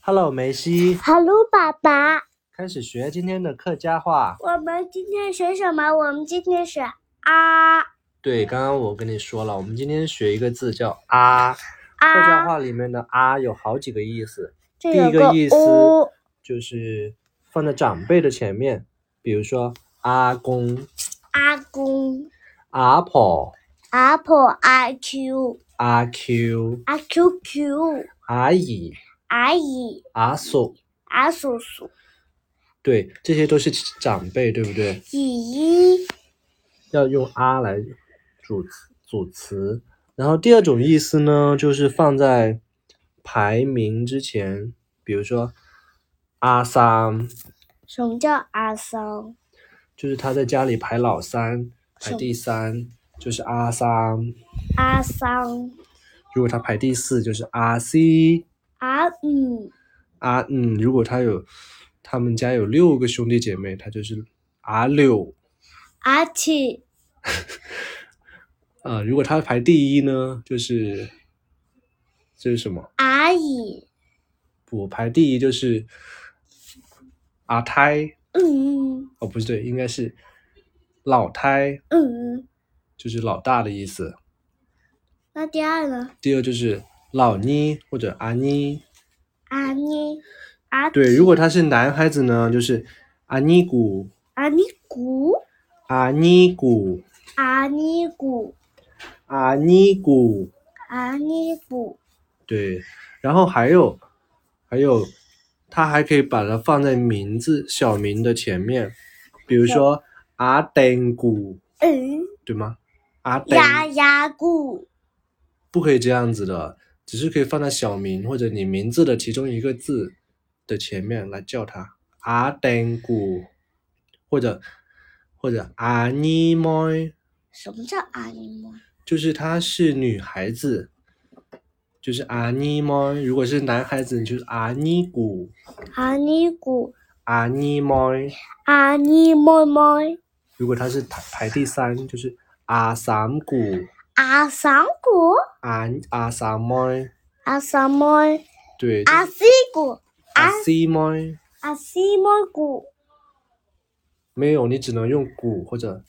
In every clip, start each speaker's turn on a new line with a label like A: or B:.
A: Hello，梅西，
B: Hello，爸爸，
A: 开始学今天的客家话。
B: 我们今天学什么？我们今天学啊
A: 对，刚刚我跟你说了，我们今天学一个字叫“啊”。客家
B: 啊，
A: 话里面的“啊”有好几个意思，
B: 这
A: 第一
B: 有哦
A: 个意思
B: 乌
A: 就是放在长辈的前面，比如说阿公、
B: 阿公、
A: 阿婆、
B: 阿婆、阿 Q、
A: 阿 Q、
B: 阿 QQ、
A: 阿姨、
B: 阿姨、
A: 阿叔，
B: 阿叔叔、
A: 对，这些都是长辈，对不对？
B: 姨姨、
A: 要用“啊”来组词组词。然后第二种意思呢，就是放在排名之前，比如说阿三，
B: 什么叫阿桑？
A: 就是他在家里排老三，排第三就是阿三；
B: 阿桑、
A: 如果他排第四，就是阿四。
B: 阿五、
A: 阿嗯，如果他有他们家有六个兄弟姐妹，他就是阿六。
B: 阿七、
A: 啊、如果他排第一呢，就是这是什么？
B: 阿姨、
A: 我排第一就是阿胎，
B: 嗯
A: 哦，不是对，应该是老胎，
B: 嗯。
A: 就是老大的意思。
B: 那第二呢？
A: 第二就是老妮或者阿妮，
B: 阿妮、阿
A: 对，如果他是男孩子呢，就是阿妮姑、
B: 阿尼古、
A: 阿妮姑、
B: 阿尼古、
A: 阿妮姑，
B: 阿尼古。
A: 对，然后还有还有，他还可以把它放在名字小名的前面，比如说阿登姑，
B: 嗯，
A: 对吗？阿登
B: 丫丫姑，
A: 不可以这样子的，只是可以放在小名或者你名字的其中一个字的前面来叫它阿登古，或者或者阿尼莫，
B: 什么叫阿尼莫？
A: 就是她是女孩子，就是阿尼莫；如果是男孩子，就是阿尼古、
B: 阿尼古，
A: 阿尼莫；
B: 阿尼莫莫，
A: 如果他是排排第三，就是阿三古、
B: 阿桑古，
A: 阿阿三莫，
B: 阿桑莫，
A: 对，就是
B: 阿西古，
A: 阿西莫。
B: 阿西莫古，
A: 没有，你只能用古或者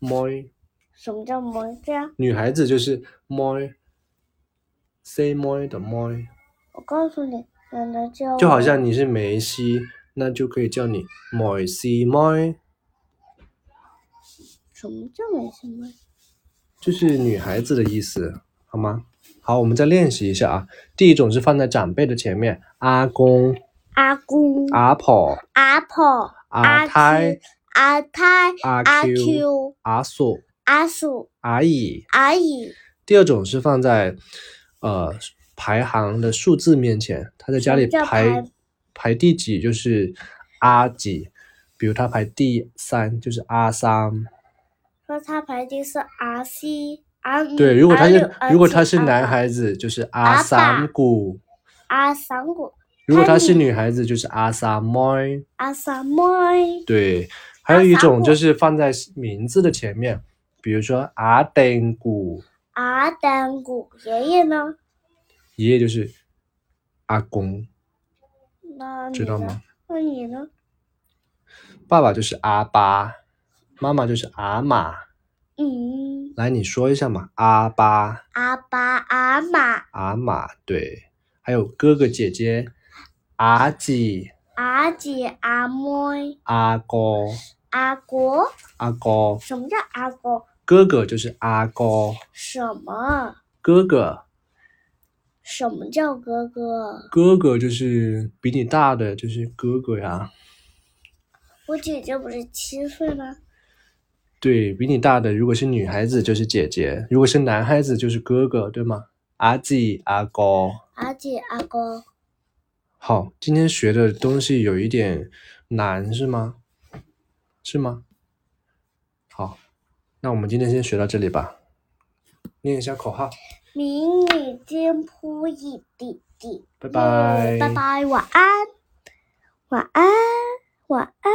A: moi。
B: 什么叫莫？这样，
A: 女孩子就是 moi，say moi 的 moi，
B: 我告诉你，奶奶叫我
A: 就好像你是梅西，那就可以叫你 moi si moi，
B: 什么叫没什么？
A: 就是女孩子的意思，好吗？好，我们再练习一下啊。第一种是放在长辈的前面，阿公、
B: 阿姑，
A: 阿婆、
B: 阿婆，
A: 啊阿
B: 七
A: 太、
B: 阿太，
A: 阿
B: 阿
A: Q、
B: Q，
A: 阿叔、
B: 阿叔，
A: 阿姨。
B: 阿姨，
A: 第二种是放在呃排行的数字面前，他在家里
B: 什么叫
A: 排
B: 排
A: 排第几就是阿几，比如他排第三就是阿三。
B: 说他排第四，阿西，阿五
A: 对，如果他
B: 阿
A: 是
B: 六阿
A: 如果
B: 七
A: 他是
B: 阿
A: 男
B: 八
A: 孩子就是
B: 阿
A: 阿
B: 爸
A: 三姑，
B: 阿三姑，
A: 如果
B: 他
A: 他是
B: 女
A: 女孩子就是阿三妹。
B: 阿三妹，
A: 对，还
B: 阿
A: 有一
B: 三
A: 种就
B: 姑
A: 是放在名字的前面，比如说阿登姑，
B: 阿丹姑，爷爷呢？
A: 爷爷就是阿公，
B: 那你
A: 知道
B: 呢
A: 吗？
B: 那你呢？
A: 爸爸就是阿巴，妈妈就是阿玛。
B: 嗯，
A: 来，你说一下嘛，阿巴、
B: 阿爸阿妈
A: 阿玛，对，还有哥哥姐姐，阿姐、
B: 阿姐阿妹
A: 阿哥、
B: 阿国，
A: 阿哥，
B: 什么叫阿国？
A: 哥哥就是阿哥，
B: 什么？
A: 哥哥，
B: 什么叫哥哥？
A: 哥哥就是比你大的就是哥哥呀，
B: 我姐姐不是七岁吗？
A: 对比你大的，如果是女孩子就是姐姐，如果是男孩子就是哥哥，对吗？阿姐、阿哥。
B: 阿姐阿哥，
A: 好，今天学的东西有一点难，是吗？是吗？好，那我们今天先学到这里吧。念一下口号，
B: 迷你金铺一弟弟。
A: 拜拜。
B: 拜拜，晚安，晚安，晚安。